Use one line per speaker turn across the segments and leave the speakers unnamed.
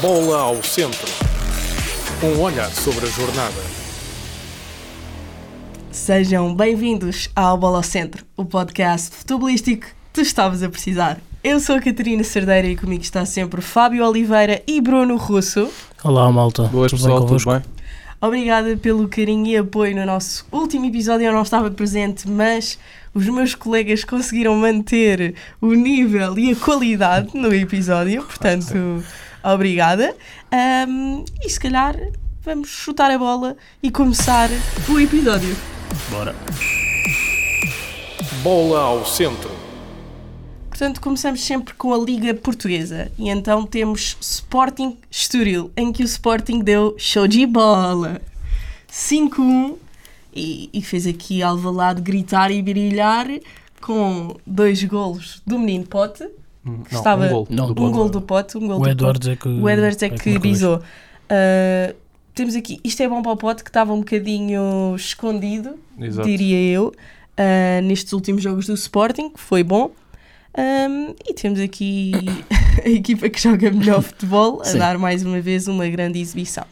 Bola ao centro. Um olhar sobre a jornada.
Sejam bem-vindos ao Bola ao Centro, o podcast futebolístico que tu estavas a precisar. Eu sou a Catarina Cerdeira e comigo está sempre Fábio Oliveira e Bruno Russo.
Olá, malta.
Boas
Tudo bem
pessoal,
convosco?
tudo bem?
Obrigada pelo carinho e apoio no nosso último episódio. Eu não estava presente, mas os meus colegas conseguiram manter o nível e a qualidade no episódio, portanto, obrigada. Ahm, e se calhar vamos chutar a bola e começar o episódio.
Bora.
Bola ao centro.
Portanto, começamos sempre com a Liga Portuguesa. E então temos Sporting Estoril, em que o Sporting deu show de bola. 5-1 e, e fez aqui Alvalade gritar e brilhar com dois golos do menino Pote.
Não,
Estava-
um gol.
Não,
do
um
Um
Boa.
gol do Pote, um gol
O
do
Edwards é que.
Pote. O Edwards é que
marcou isto.
brisou. Ah, temos aqui, isto é bom para o Pote, que estava um bocadinho escondido
Exato.
diria eu, ah, nestes últimos jogos do Sporting, que foi bom. Ahm, e temos aqui a equipa que joga melhor futebol a
Sim.
dar mais uma vez uma grande exibição.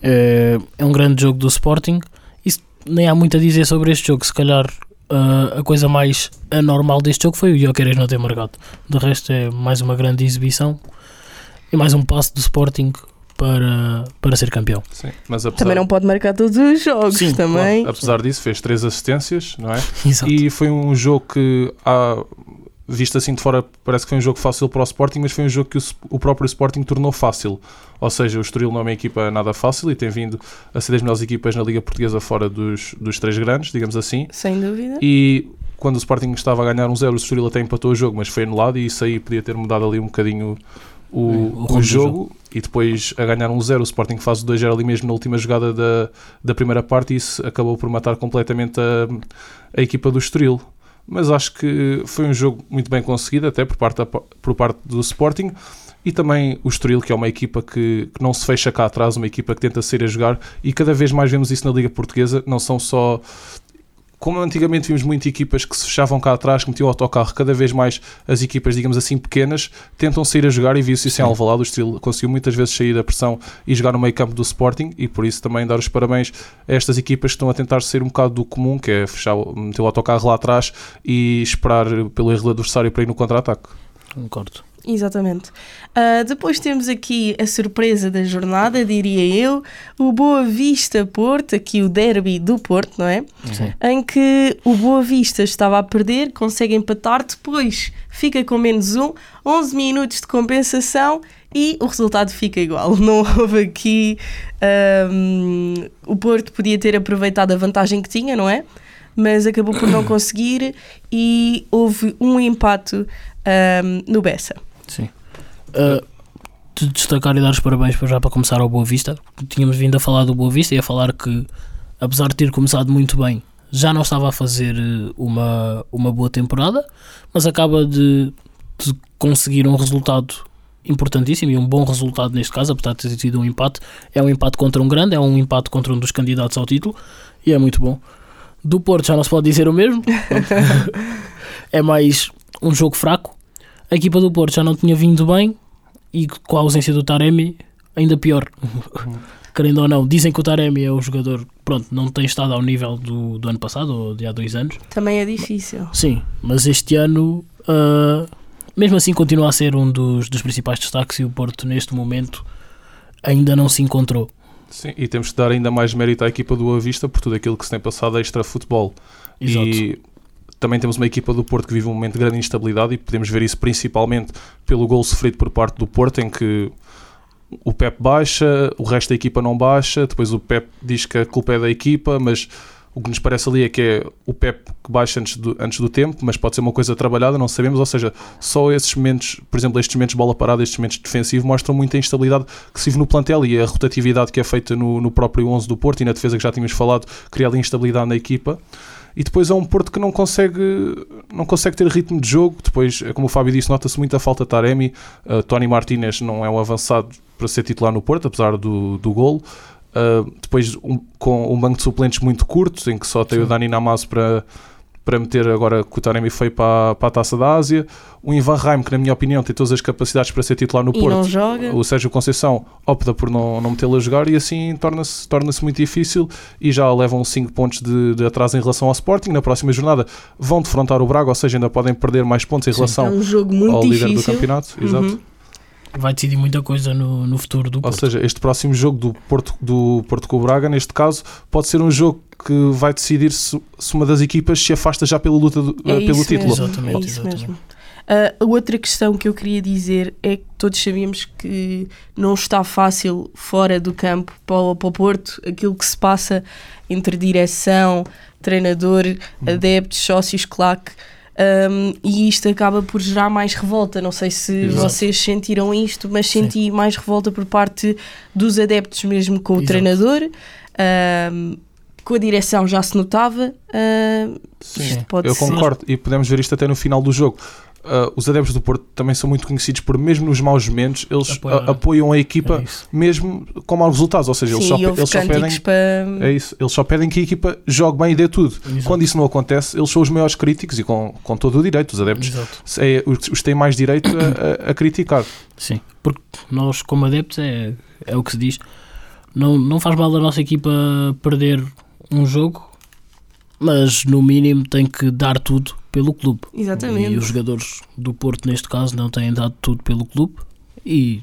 É, é um grande jogo do Sporting. Isso nem há muito a dizer sobre este jogo. Se calhar ah, a coisa mais anormal deste jogo foi o Jokeres não ter marcado. De resto, é mais uma grande exibição e mais um passo do Sporting para, para ser campeão.
Sim, mas apesar,
Também não pode marcar todos os jogos,
Sim, claro.
também.
apesar disso, fez três assistências, não é?
Exato.
E foi um jogo que, à- visto assim de fora, parece que foi um jogo fácil para o Sporting, mas foi um jogo que o, S- o próprio Sporting tornou fácil. Ou seja, o Estoril não é uma equipa nada fácil e tem vindo a ser das melhores equipas na Liga Portuguesa fora dos, dos três grandes, digamos assim.
Sem dúvida.
E quando o Sporting estava a ganhar um 0, o Estoril até empatou o jogo, mas foi anulado e isso aí podia ter mudado ali um bocadinho o,
o
o
rumo do
jogo.
jogo.
E depois a ganhar um 0, o Sporting faz o 2-0 ali mesmo na última jogada da, da primeira parte e isso acabou por matar completamente a, a equipa do Estoril. Mas acho que foi um jogo muito bem conseguido, até por parte, da- por parte do Sporting. E também o Estoril, que é uma equipa que, que não se fecha cá atrás, uma equipa que tenta sair a jogar, e cada vez mais vemos isso na Liga Portuguesa. Não são só. Como antigamente vimos muitas equipas que se fechavam cá atrás, que metiam o autocarro, cada vez mais as equipas, digamos assim, pequenas, tentam sair a jogar e viu-se isso em Alvalade. O Estoril conseguiu muitas vezes sair da pressão e jogar no meio campo do Sporting, e por isso também dar os parabéns a estas equipas que estão a tentar sair um bocado do comum, que é fechar, o- meter o autocarro lá atrás e esperar pelo erro do adversário para ir no contra-ataque.
Concordo.
Exatamente. Ah, depois temos aqui a surpresa da jornada, diria eu, o Boa Vista Porto, aqui o derby do Porto, não é?
Sim.
em que o Boa Vista estava a perder, consegue empatar, depois fica com menos um, 11 minutos de compensação e o resultado fica igual. Não houve aqui. hum, o Porto podia ter aproveitado a vantagem que tinha, não é? Mas acabou por não conseguir e houve um empate hum, no Bessa.
Sim. Uh, de destacar e dar os parabéns para já para começar ao Boa Vista. Tínhamos vindo a falar do Boa Vista e a falar que, apesar de ter começado muito bem, já não estava a fazer eh, uma, uma boa temporada, mas acaba de, de conseguir um resultado importantíssimo e um bom resultado neste caso, apesar de ter tido um empate. É um empate contra um grande, é um empate contra um dos candidatos ao título e é muito bom. Do Porto já não se pode dizer o mesmo. é mais um jogo fraco, a equipa do Porto já não tinha vindo bem e com a ausência do Taremi, ainda pior.
Uhum.
Querendo ou não, dizem que o Taremi é o jogador pronto, não tem estado ao nível do, do ano passado ou de há dois anos.
Também é difícil.
Sim, mas este ano, ah, mesmo assim, continua a ser um dos, dos principais destaques e o Porto, neste momento, ainda não se encontrou.
Sim, e temos de dar ainda mais mérito à equipa do Boa Vista por tudo aquilo que se tem passado a extra-futebol.
Exato.
E também temos uma equipa do Porto que vive um momento de grande instabilidade e podemos ver isso principalmente pelo gol sofrido por parte do Porto, em que o Pep baixa, o resto da equipa não baixa, depois o Pep diz que a culpa é da equipa, mas o que nos parece ali é que é o Pep que baixa antes do, antes do tempo, mas pode ser uma coisa trabalhada, não sabemos, ou seja, só esses momentos, por exemplo, estes momentos de bola parada, estes momentos de defensivo, mostram muita instabilidade que se vive no plantel e a rotatividade que é feita no, no próprio 11 do Porto e na defesa que já tínhamos falado, cria ali instabilidade na equipa. E depois é um Porto que não consegue, não consegue ter ritmo de jogo. Depois, eh, como o Fábio disse, nota-se muita falta de Taremi. Uh, Tony Martinez não é um avançado para ser titular no Porto, apesar do, do golo. Eh, Uh, depois, um- com um banco de suplentes muito curto, em que só tem o Dani Namazo para, para meter agora que o Taremi foi para, para a Taça da Ásia. O Ivan que na minha opinião, tem todas as capacidades para ser titular no
E
Porto.
não joga.
O Sérgio Conceição opta por não, não metê-lo a jogar e assim torna-se torna muito difícil e já levam 5 pontos de, de atraso em relação ao Sporting. Na próxima jornada vão defrontar o Braga, ou seja, ainda podem perder mais pontos em
Sim.
É
relação
um jogo
ao
muito
líder do
difícil.
campeonato.
Uhum.
Exato.
Vai decidir muita coisa no, no futuro do
Ou
Porto.
seja, este próximo jogo do Porto, do Porto com o Braga, neste caso, pode ser um jogo que vai decidir se, se uma das equipas se afasta já pela luta do-
É
eh, pelo
isso
título.
mesmo,
Exatamente,
é isso
exatamente.
mesmo. Ah, a outra questão que eu queria dizer é que todos sabíamos que não está fácil fora do campo para o, para o Porto aquilo que se passa entre direção, treinador, adeptos, sócios, claque. ahm, e isto acaba por gerar mais revolta. Não sei se
Exato.
vocês sentiram isto, mas
Sim.
senti mais revolta por parte dos adeptos, mesmo com o
Exato.
treinador. ahm, com a direção já se notava. ahm,
Sim,
é.
Isto pode
eu
ser.
concordo e podemos ver isto até no final do jogo. Ah, os adeptos do Porto também são muito conhecidos por, mesmo nos maus momentos, eles
Apoiar.
a- apoiam a
Era
equipa
É isso.
mesmo com maus resultados. Ou seja, eles,
Sim,
só,
e houve
eles só pedem.
cânticos para.
É isso, eles só pedem que a equipa jogue bem e dê tudo.
Exato.
Quando isso não acontece, eles são os maiores críticos e com, com todo o direito, os adeptos
Exato.
é, os, os que têm mais direito a, a- a criticar.
Sim. Porque nós, como adeptos, é, é o que se diz. Não, não faz mal a nossa equipa perder um jogo, mas no mínimo tem que dar tudo pelo clube. E os
Exatamente.
jogadores do Porto, neste caso, não têm dado tudo pelo clube e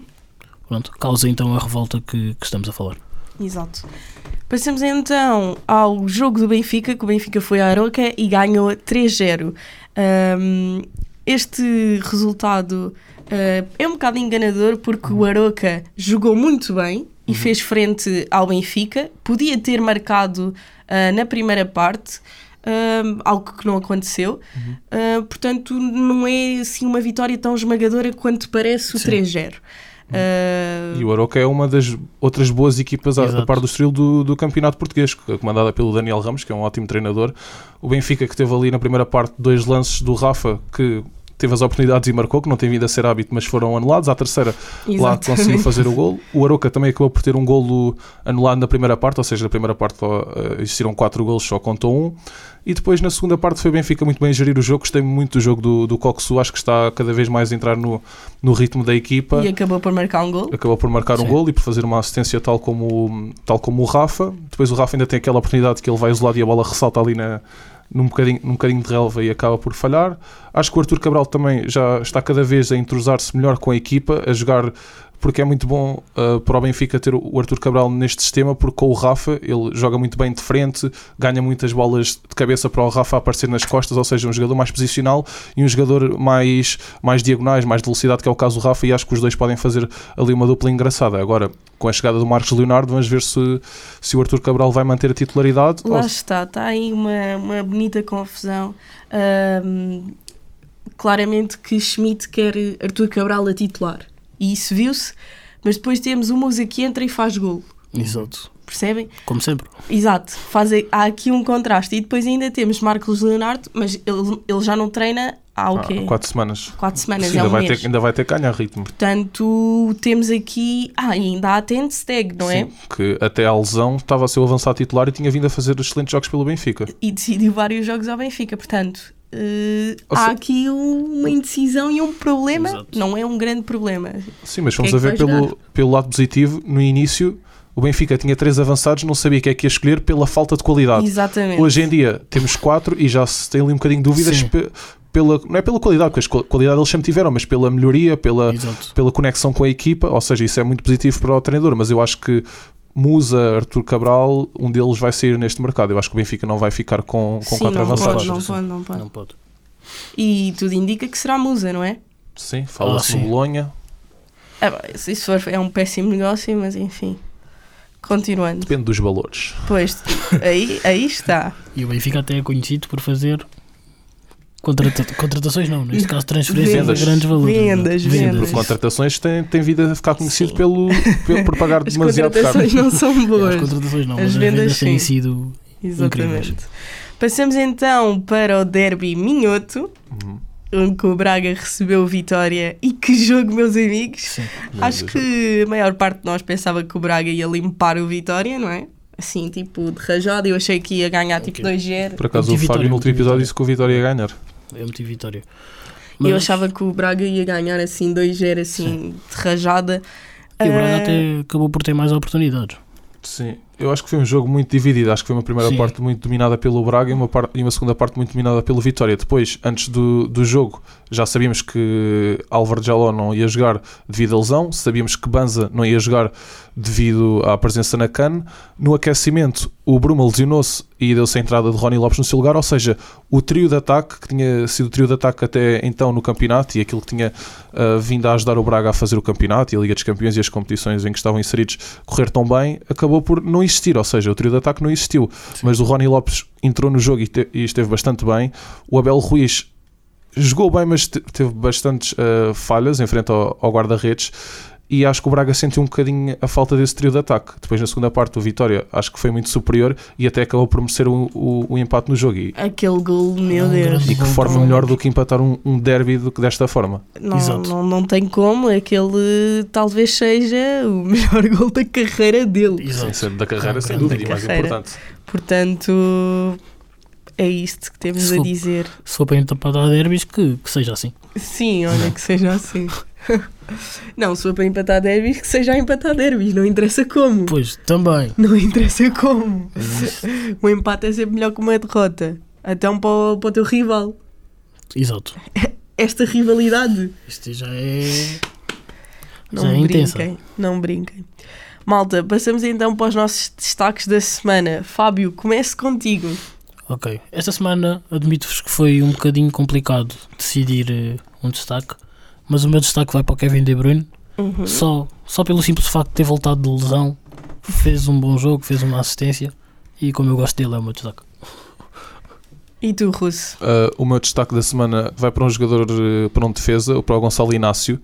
pronto, causa então a revolta que, que estamos a falar.
Exato. Passamos então ao jogo do Benfica, que o Benfica foi à Aroca e ganhou 3-0. Ahm, este resultado ah, é um bocado enganador porque o Aroca jogou muito bem e fez frente ao Benfica. Podia ter marcado ah, na primeira parte, ahm, algo que não aconteceu. Ah, portanto, não é assim uma vitória tão esmagadora quanto parece o
Sim.
3-0. Ah,
E o Aroca é uma das outras boas equipas a,
Exato.
par do Estoril do, do campeonato português, que é comandada pelo Daniel Ramos, que é um ótimo treinador. O Benfica, que teve ali na primeira parte dois lances do Rafa, que teve as oportunidades e marcou, que não tem vindo a ser hábito, mas foram anulados. À terceira, lá
Exatamente.
conseguiu fazer o gol. O Aroca também acabou por ter um golo anulado na primeira parte, ou seja, na primeira parte só, eh, existiram quatro golos, só contou um. E depois na segunda parte foi o Benfica muito bem a gerir o jogo. Gostei muito do jogo do, do Coxu, acho que está cada vez mais a entrar no, no ritmo da equipa
E acabou por marcar um gol.
acabou por marcar um
Sim.
gol e por fazer uma assistência tal como, o- tal como o Rafa. Depois o Rafa ainda tem aquela oportunidade que ele vai isolado e a bola ressalta ali na, num, bocadinho, num bocadinho de relva e acaba por falhar. Acho que o Arthur Cabral também já está cada vez a entrosar-se melhor com a equipa, a jogar porque é muito bom ah, para o Benfica ter o Arthur Cabral neste sistema, porque com o Rafa ele joga muito bem de frente, ganha muitas bolas de cabeça para o Rafa aparecer nas costas, ou seja, um jogador mais posicional e um jogador mais, mais diagonais, mais de velocidade, que é o caso do Rafa, e acho que os dois podem fazer ali uma dupla engraçada. Agora, com a chegada do Marcos Leonardo, vamos ver se, se o Arthur Cabral vai manter a titularidade.
Lá
ou-
está, está aí uma, uma bonita confusão. Ahm, claramente que Schmidt quer Arthur Cabral a titular. E isso viu-se, mas depois temos o Musa que entra e faz gol.
Exato.
Percebem?
Como sempre.
Exato, faz, há aqui um contraste. E depois ainda temos Marcos Leonardo, mas ele, ele já não treina há o
Ah,
quê?
quatro semanas.
Quatro semanas,
Sim,
é
ainda,
um
vai
mês.
ter, ainda vai ter que ganhar ritmo.
Portanto, temos aqui. Ah, e ainda há Tent Steg, não é?
Sim, que até à lesão estava a ser o avançado titular e tinha vindo a fazer excelentes jogos pelo Benfica.
e decidiu vários jogos ao Benfica. Portanto, eh,
Ou
há
se-
aqui uma indecisão e um problema.
Exato.
Não é um grande problema.
Sim, mas
Quem
vamos
é
a
que vai
ver pelo,
jogar?
pelo lado positivo, no início o Benfica tinha três avançados, não sabia o que é que ia escolher pela falta de qualidade.
Exatamente.
Hoje em dia temos quatro e já se tem ali um bocadinho de dúvidas
Sim.
pe- pela, não é pela qualidade, porque as qual- qualidade eles sempre tiveram, mas pela melhoria, pela,
Exato.
pela conexão com a equipa, ou seja, isso é muito positivo para o treinador, mas eu acho que Musa, Arthur Cabral, um deles vai sair neste mercado. Eu acho que o Benfica não vai ficar com, com
Sim,
quatro
não
avançados.
pode, não pode, não pode.
Não pode.
E tudo indica que será Musa, não é?
Sim, fala-se
Ah, sim.
do Bolonha.
Ah, bem, se isso for, é um péssimo negócio, mas enfim. Continuando.
Depende dos valores.
Pois, aí, aí está.
E o Benfica até é conhecido por fazer contrata- contratações, não, neste caso transferências
Vendas.
de grandes valores.
Vendas,
Exato.
vendas.
Por contratações tem, tem vida a ficar conhecido
Sim.
pelo, pelo- por pagar
As
demasiado caro.
contratações não são
As
boas.
contratações não,
As
mas as
vendas,
vendas, têm
sim.
sido
Exatamente.
incríveis.
Passamos então para o derby Minhoto,
Uhum.
onde que o Braga recebeu vitória. E que jogo, meus amigos!
Sim.
Meu
Acho
Deus.
que a maior parte de nós pensava que o Braga ia limpar o Vitória, não é? assim, tipo, de rajada. Eu achei que ia ganhar tipo
Ok.
2-0.
Por acaso
De
o Fábio
vitória,
no último
de
episódio
vitória.
disse que o Vitória ia ganhar.
Eu meti é vitória.
Eu
Mas-
achava que o Braga ia ganhar assim 2-0, assim, de rajada.
E o Braga
Ah,
até acabou por ter mais oportunidades.
Sim, eu acho que foi um jogo muito dividido. Acho que foi uma primeira
Sim.
parte muito dominada pelo Braga e uma, par- e uma segunda parte muito dominada pelo Vitória. Depois, antes do, do jogo, já sabíamos que Álvaro Jaló não ia jogar devido à lesão, sabíamos que Banza não ia jogar devido à presença na CAN. No aquecimento, o Bruma lesionou-se e deu-se a entrada de Rony Lopes no seu lugar, ou seja, o trio de ataque, que tinha sido o trio de ataque até então no campeonato e aquilo que tinha ah, vindo a ajudar o Braga a fazer o campeonato e a Liga dos Campeões e as competições em que estavam inseridos correr tão bem, acabou por não existir, ou seja, o trio de ataque não existiu. Mas o Rony Lopes entrou no jogo e, te- e esteve bastante bem. O Abel Ruiz jogou bem, mas te- teve bastantes ah, falhas em frente ao, ao guarda-redes. E acho que o Braga sentiu um bocadinho a falta desse trio de ataque. Depois, na segunda parte, o Vitória acho que foi muito superior e até acabou por merecer o, o, o empate no jogo. E,
Aquele gol, meu
Um
Deus.
grande
e que
gol
forma
também.
melhor do que empatar um, um derby do que desta forma.
Não,
Exato.
não, não tem como. Aquele talvez seja o melhor gol da carreira dele.
Exato.
Sem ser da carreira, sem
Da
dúvida, e mais
carreira.
importante.
Portanto, é isto que temos
Se
a
for-
dizer.
Se for para empatar derbys, que, que seja assim.
Sim, olha, que seja assim. não, se for para empatar derbys, que seja a empatar derbys. Não interessa como.
Pois, também.
Não interessa como. O empate é sempre melhor que uma derrota. Até um para o, para o teu rival.
Exato.
Esta rivalidade.
Isto já é.
Não
já é
brinquem.
intensa.
Não brinquem. Malta, passamos então para os nossos destaques da semana. Fábio, comece contigo.
Ok. Esta semana admito-vos que foi um bocadinho complicado decidir eh, um destaque, mas o meu destaque vai para o Kevin De Bruyne.
Uhum.
Só, só pelo simples facto de ter voltado de lesão, fez um bom jogo, fez uma assistência e como eu gosto dele é o meu destaque.
E tu, Russo?
Uh, o meu destaque da semana vai para um jogador, uh, para um defesa, para o Gonçalo Inácio,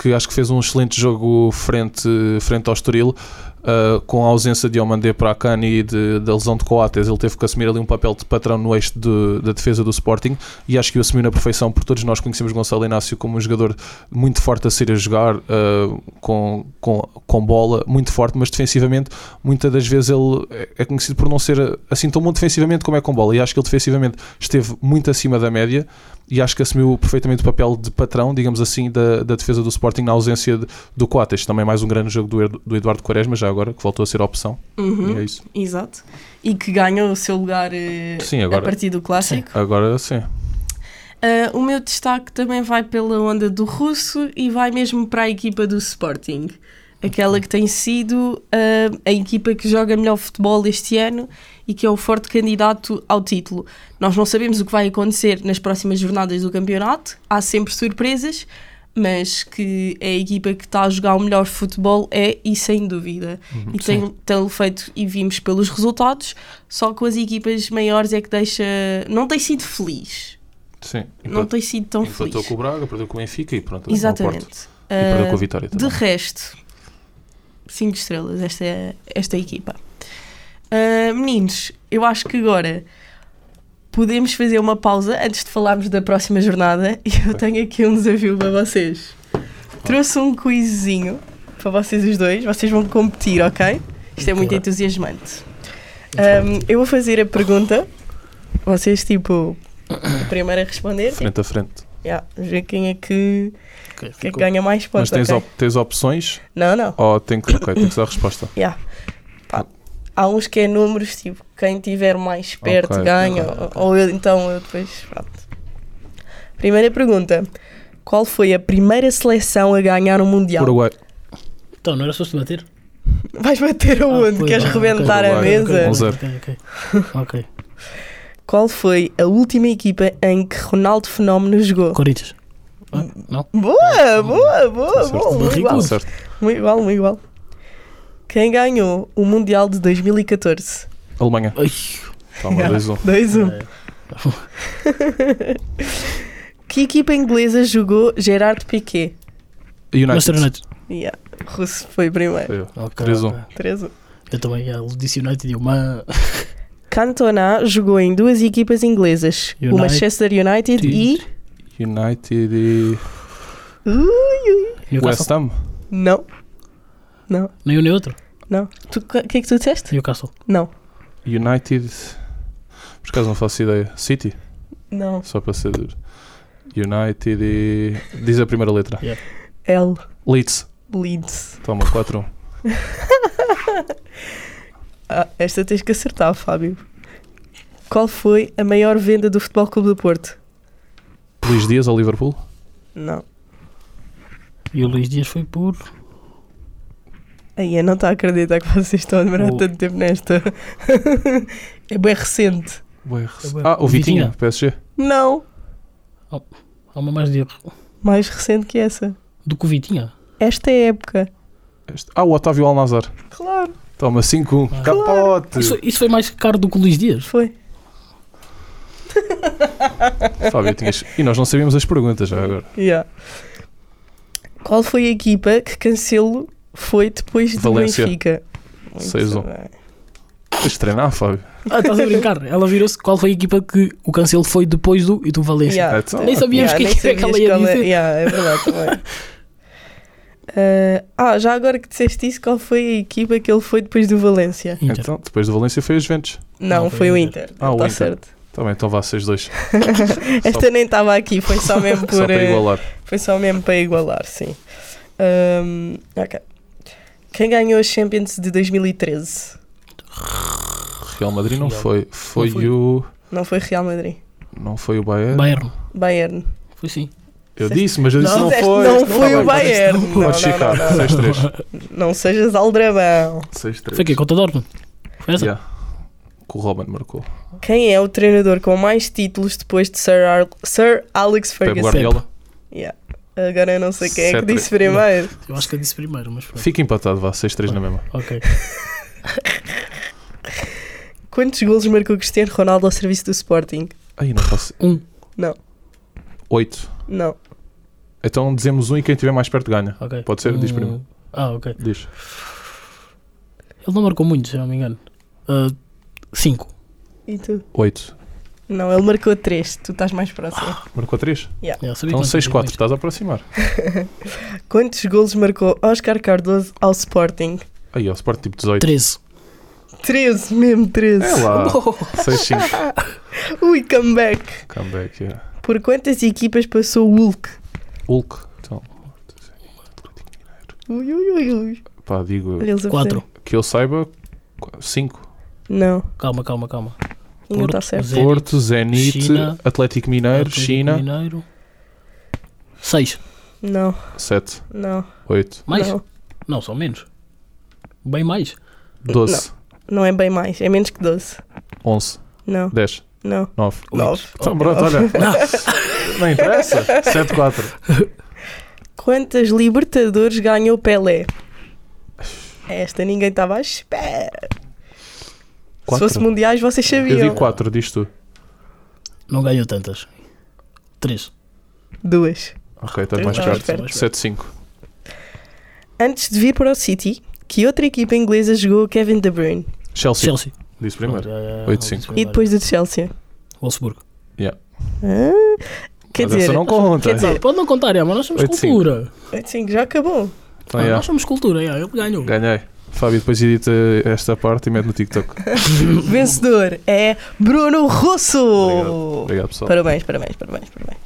que acho que fez um excelente jogo frente, frente ao Estoril, uh, com a ausência de Omandé para a Cani e de, da lesão de Coates. Ele teve que assumir ali um papel de patrão no eixo de- da defesa do Sporting e acho que o assumiu na perfeição, porque todos nós conhecemos Gonçalo Inácio como um jogador muito forte a sair a jogar, uh, com, com, com bola, muito forte, mas defensivamente muitas das vezes ele é- é conhecido por não ser assim tão bom defensivamente como é com bola. E acho que ele defensivamente esteve muito acima da média e acho que assumiu perfeitamente o papel de patrão, digamos assim, da, da defesa do Sporting na ausência de- do Coates. Também mais um grande jogo do, Ed- do Eduardo Quaresma, já agora, que voltou a ser a opção.
Uhum,
E é isso.
Exato. E que ganhou o seu lugar eh,
Sim,
a
agora,
partir do clássico.
agora sim.
Ah, o meu destaque também vai pela onda do Russo e vai mesmo para a equipa do Sporting. Aquela que tem sido ah, a equipa que joga melhor futebol este ano e que é o forte candidato ao título. Nós não sabemos o que vai acontecer nas próximas jornadas do campeonato, há sempre surpresas, mas que a equipa que está a jogar o melhor futebol é e sem dúvida. e tem, tem feito, e vimos pelos resultados, só com as equipas maiores é que deixa. não tem sido feliz
Sim.
não
Empatou
tem sido tão feliz.
com o Braga, perdeu com o Benfica e pronto. Porto.
Exatamente.
E perdeu com
Ah,
a Vitória
de
também.
resto, 5 estrelas, esta, é- esta equipa. Ah, meninos, eu acho que agora podemos fazer uma pausa antes de falarmos da próxima jornada e eu tenho aqui um desafio para vocês. Trouxe um quizzinho para vocês os dois, vocês vão competir, ok? Isto é muito
Ok.
entusiasmante. Ah, eu vou fazer a pergunta, vocês, tipo, o primeiro a responder.
Frente a frente.
Yeah, vamos ver quem é que,
Ok,
quem é que
ficou.
ganha mais pontos.
Mas tens,
ok?
op- tens opções
Não, não.
ou tem que, ok, tem que dar a resposta?
Yeah. Pá, há uns que é números, tipo, quem tiver mais perto
Ok.
ganha, ou, ou eu, então eu depois. Pronto. Primeira pergunta: Qual foi a primeira seleção a ganhar o Mundial?
Uruguai.
Então, não era suposto bater?
Vais bater
Ah,
aonde?
pois,
Queres
ok,
reventar a
ok,
mesa?
ok.
Ok, ok. Ok.
Qual foi a última equipa em que Ronaldo Fenómeno jogou?
Corinthians. Ah, não?
Boa, boa,
Tá
boa,
certo.
boa. Muito igual,
Tá certo.
muito igual, muito igual. Quem ganhou o Mundial de 2014?
Alemanha.
Ai,
Toma, 2-1.
2-1. Que equipa inglesa jogou Gerard Piquet?
Manchester
United.
United.
É.
Yeah. Russo foi primeiro. um.
Foi eu.
Ok,
3-1.
ok.
3
Eu também, já, ele disse United e uma.
Cantona jogou em duas equipas inglesas, o
United.
Manchester United e.
United e
Ui, ui.
Newcastle.
West Ham.
Não. Não.
Nem um nem outro.
Não. Tu- O que é que tu disseste?
E o Castle?
Não.
United. Por acaso não faço ideia. City,
Não.
só para ser. United e. Diz a primeira letra.
L.
Leeds.
Leeds.
Toma, 4-1.
Ah, esta tens que acertar, Fábio. Qual foi a maior venda do Futebol Clube do Porto?
Luís Dias ao Liverpool.
Não.
E o Luís Dias foi por.
Aí eu não estou a acreditar que vocês estão a demorar
O-
tanto tempo nesta. é bem recente.
Ah, o Vitinha,
Vitinha.
PSG.
Não.
Há uma mais de...
Mais recente que essa.
do que o Vitinha.
Esta é a época.
Este- Ah, o Otávio Alnazar.
Claro.
Toma, 5-1.
Ah.
Capote!
Isso, isso foi mais caro do que o Luís Dias.
Foi.
Fábio, tinhas... E nós não sabíamos as perguntas já agora.
Yeah. Qual foi a equipa que Cancelo foi depois do
Valência.
Benfica? Muito
6-1.
bem.
Tens de treinar, Fábio.
Ah, estás a brincar? Ela virou-se. Qual foi a equipa que o Cancelo foi depois do e do Valência?
Yeah.
É, então-
Nem sabíamos
Yeah,
quem
nem
que era que ela
sabias
ia
qual é-
dizer.
Yeah, é verdade também. Eh, ah, já agora que disseste isso, qual foi a equipa que ele foi depois do Valência?
Inter.
Então, depois do Valência foi os Juventus.
Não,
Não,
foi, o Inter.
Ah, o
Tá
Inter.
certo.
Tá bem, então vá, 6-2.
Esta nem estava aqui, foi só mesmo por.
Só para
eh,
igualar.
Foi só mesmo para igualar, sim. Ahm, ok. Quem ganhou a Champions de 2013?
Real Madrid não
Real.
foi. Foi,
Não foi.
o.
Não foi Real Madrid.
Não foi o Bayern.
Bayern.
Bayern.
Foi sim.
Eu disse, mas eu disse
Não,
não,
disseste,
foi.
não foi o Bayern.
Não,
Não, não,
Chicago,
não, não.
6-3.
Não sejas aldrabão.
6-3.
Foi aqui, contra Dortmund. Foi essa?
Yeah. Que o Robin marcou.
Quem é o treinador com mais títulos depois de Sir, Ar- Sir Alex
Pep
Ferguson?
Guardiola.
Yeah. Agora eu não sei quem é que
Sete.
disse primeiro.
Eu acho que eu disse primeiro, mas pronto.
Fica empatado, vá, 6-3 na mesma.
Ok.
Quantos golos marcou Cristiano Ronaldo ao serviço do Sporting?
Aí não faço.
Um.
Não.
8.
Não.
Então dizemos um e quem estiver mais perto ganha.
Ok.
Pode ser? Diz
Um-
primeiro.
Ah, ok.
Diz.
Ele não marcou muito, se não me engano. Ah, 5.
E tu?
8.
Não, ele marcou 3. Tu estás mais próximo.
Marcou 3? Então
Então
6-4. Estás a aproximar.
Quantos golos marcou Oscar Cardoso ao Sporting?
Aí, ó, Sport tipo 18.
13.
13, mesmo 13.
É lá. 6-5.
Ui, comeback.
Comeback, yeah.
Por quantas equipas passou o Hulk?
Hulk. Então,
Ui, ui, ui, ui.
pá, digo
Olha eles a
4.
fazer.
que eu saiba 5.
Não,
Calma, calma, calma.
ainda está
Porto,
tá certo.
Zenit,
Porto, Zenit,
China,
Atlético Mineiro,
Atlético
China,
Mineiro. 6.
Não,
7,
não,
8,
Mais?
não.
Não, só menos. Bem mais.
12,
Não é bem mais, é menos que 12.
11,
Não,
10,
não.
9.
9.
Então pronto, olha, não interessa. 7, 4.
Quantas Libertadores ganhou Pelé? Esta ninguém estava à espera.
Quatro.
Se fosse mundiais, vocês
Eu
sabiam.
digo 4, diz tu.
Não ganhou tantas. 3.
Duas.
Ok, estás
Eu
mais
estava à
perto.
espera.
7, 5.
Antes de vir para o City, que outra equipa inglesa jogou Kevin De Bruyne?
Chelsea,
Chelsea.
diz primeiro.
Pronto, já- já-
Oito,
já-
cinco.
E depois do Chelsea?
Wolfsburgo.
Ah, quer
Mas
dizer,
essa não conta.
quer dizer-
Ah, Pode não contar, é, mas nós somos
Oito, cinco.
cultura.
sim, já acabou.
Então,
Ah,
yeah,
Nós somos cultura, yeah, ele ganhou.
ganhei. Fábio depois edita esta parte e mete no TikTok.
Vencedor é Bruno Russo.
Obrigado, pessoal.
Parabéns, parabéns, parabéns, parabéns.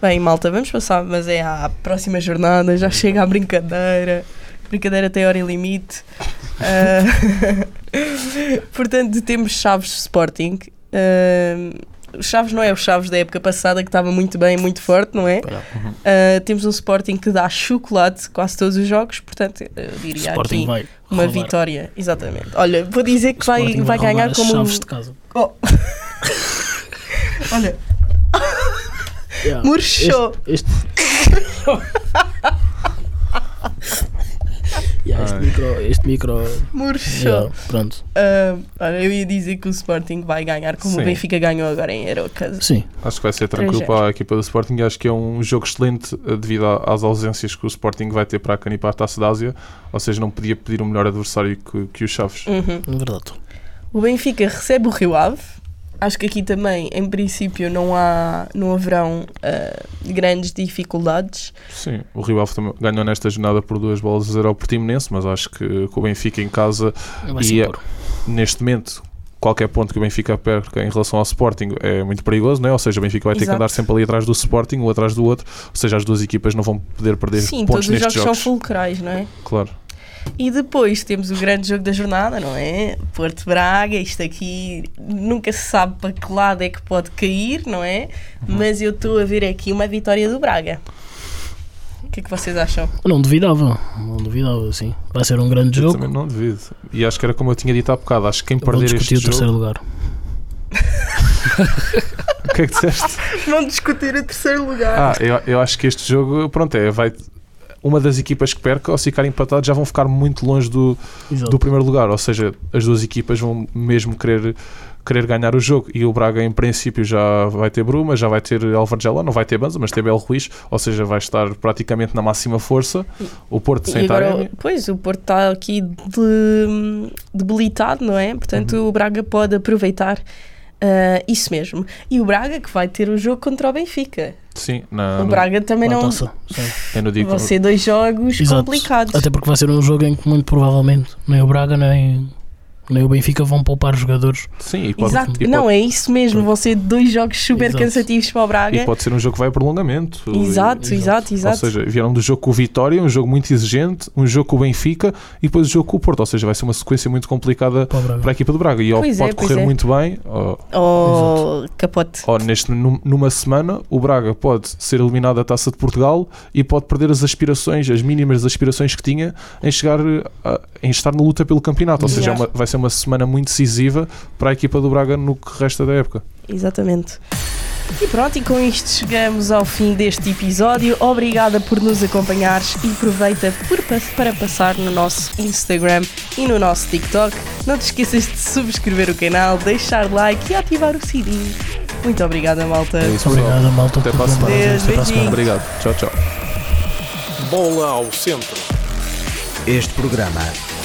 Bem, malta, vamos passar, mas é à próxima jornada, já chega a brincadeira. Brincadeira tem hora e limite. Ah, portanto, temos Chaves Sporting. Ah, o Chaves não é o Chaves da época passada que estava muito bem, muito forte, não é? Ah, temos um Sporting que dá chocolate quase todos os jogos, portanto, eu diria
Sporting
aqui
vai.
uma
roubar.
vitória, exatamente. Olha, vou dizer que vai,
Sporting
vai
roubar
ganhar
as
como
chaves de casa.
Oh. Olha,
Yeah.
murchou.
Este. Yeah, este
Ai.
micro. Este micro
Murchou.
yeah, pronto.
Ah, olha, eu ia dizer que o Sporting vai ganhar como
Sim.
o Benfica ganhou agora em Araucas.
Sim.
Acho que vai ser tranquilo
3-0.
para a equipa do Sporting. Acho que é um jogo excelente eh, devido a- às ausências que o Sporting vai ter para a Cana e para a Taça da Ásia. Ou seja, não podia pedir um melhor adversário que, que o Chaves.
Uhum.
Na é verdade.
O Benfica recebe o Rio Ave. Acho que aqui também, em princípio, não, há, não haverão ah, grandes dificuldades.
Sim, o Rio Ave também ganhou nesta jornada por duas bolas a zero ao Portimonense, mas acho que eh, com o Benfica em casa,
Vai
E
ser
é-
duro.
neste momento, qualquer ponto que o Benfica perca em relação ao Sporting é muito perigoso, não é? Ou seja, o Benfica vai ter
Exato.
que andar sempre ali atrás do Sporting, um atrás do outro, ou seja, as duas equipas não vão poder perder
Sim, todos
pontos
os
nestes
jogos, são
jogos.
fulcrais, não é?
Claro.
E depois temos o grande jogo da jornada, não é? Porto Braga, isto aqui nunca se sabe para que lado é que pode cair, não é? Mas eu estou a ver aqui uma vitória do Braga. O que é que vocês acham?
Não duvidava, não duvidava, sim. Vai ser um grande
Eu
jogo.
também não devido. E acho que era como eu tinha dito há bocado, acho que quem
Vou
perder
discutir
este
o
jogo...
terceiro lugar.
O que é que disseste?
Não discutir o terceiro lugar.
Ah, eu, eu acho que este jogo, pronto, é, vai... Uma das equipas que perca, ou se ficar empatado, já vão ficar muito longe do, do
Exato.
primeiro lugar, ou seja, as duas equipas vão mesmo querer, querer ganhar o jogo e o Braga em princípio já vai ter Bruma, já vai ter Alvargela, não vai ter Banza, mas tem Bel Ruiz, ou seja, vai estar praticamente na máxima força, o Porto sem
E agora,
Taremi,
pois, o Porto está aqui de- debilitado, não é? Portanto, o Braga pode aproveitar ah, isso mesmo. E o Braga que vai ter o jogo contra o Benfica.
sim, na,
o
no,
Braga também
Vai,
não.
taça, sim.
é no dia
Vão
que-
ser dois jogos
Exato.
complicados.
Até porque vai ser um jogo em que muito provavelmente nem o Braga nem, nem o Benfica vão poupar jogadores.
sim, e pode,
Exato,
e
não,
pode,
é isso mesmo. Vão ser dois jogos super
Exato.
cansativos para o
e
é Braga.
pode ser um jogo que vai a prolongamento. e-
Exato, exato,
Ou
exato.
seja, vieram do jogo com o Vitória, um jogo muito exigente, um jogo com o Benfica e depois o jogo com o Porto. Ou seja, vai ser uma sequência muito complicada
Para o Braga.
para a equipa do Braga. E ou
Pois é,
pode
pois
correr
é.
muito bem, ou,
oh, capote.
Ou neste, num- numa semana, o Braga pode ser eliminado da Taça de Portugal e pode perder as aspirações, as mínimas aspirações que tinha em chegar eh, a- em estar na luta pelo campeonato. Ou seja, é
Yeah.
uma- vai ser uma semana muito decisiva para a equipa do Braga no que resta da época.
Exatamente. E pronto, e com isto chegamos ao fim deste episódio. Obrigada por nos acompanhares e aproveita por pa- para passar no nosso Instagram e no nosso TikTok. Não te esqueças de subscrever o canal, deixar like e ativar o sininho. Muito obrigada, malta.
É isso, pessoal.
Obrigado, malta.
Até
por
para a semana.
acompanhar.
Deus,
Até para a semana.
beijinhos.
Obrigado. Tchau, tchau.
Bola ao centro.
Este programa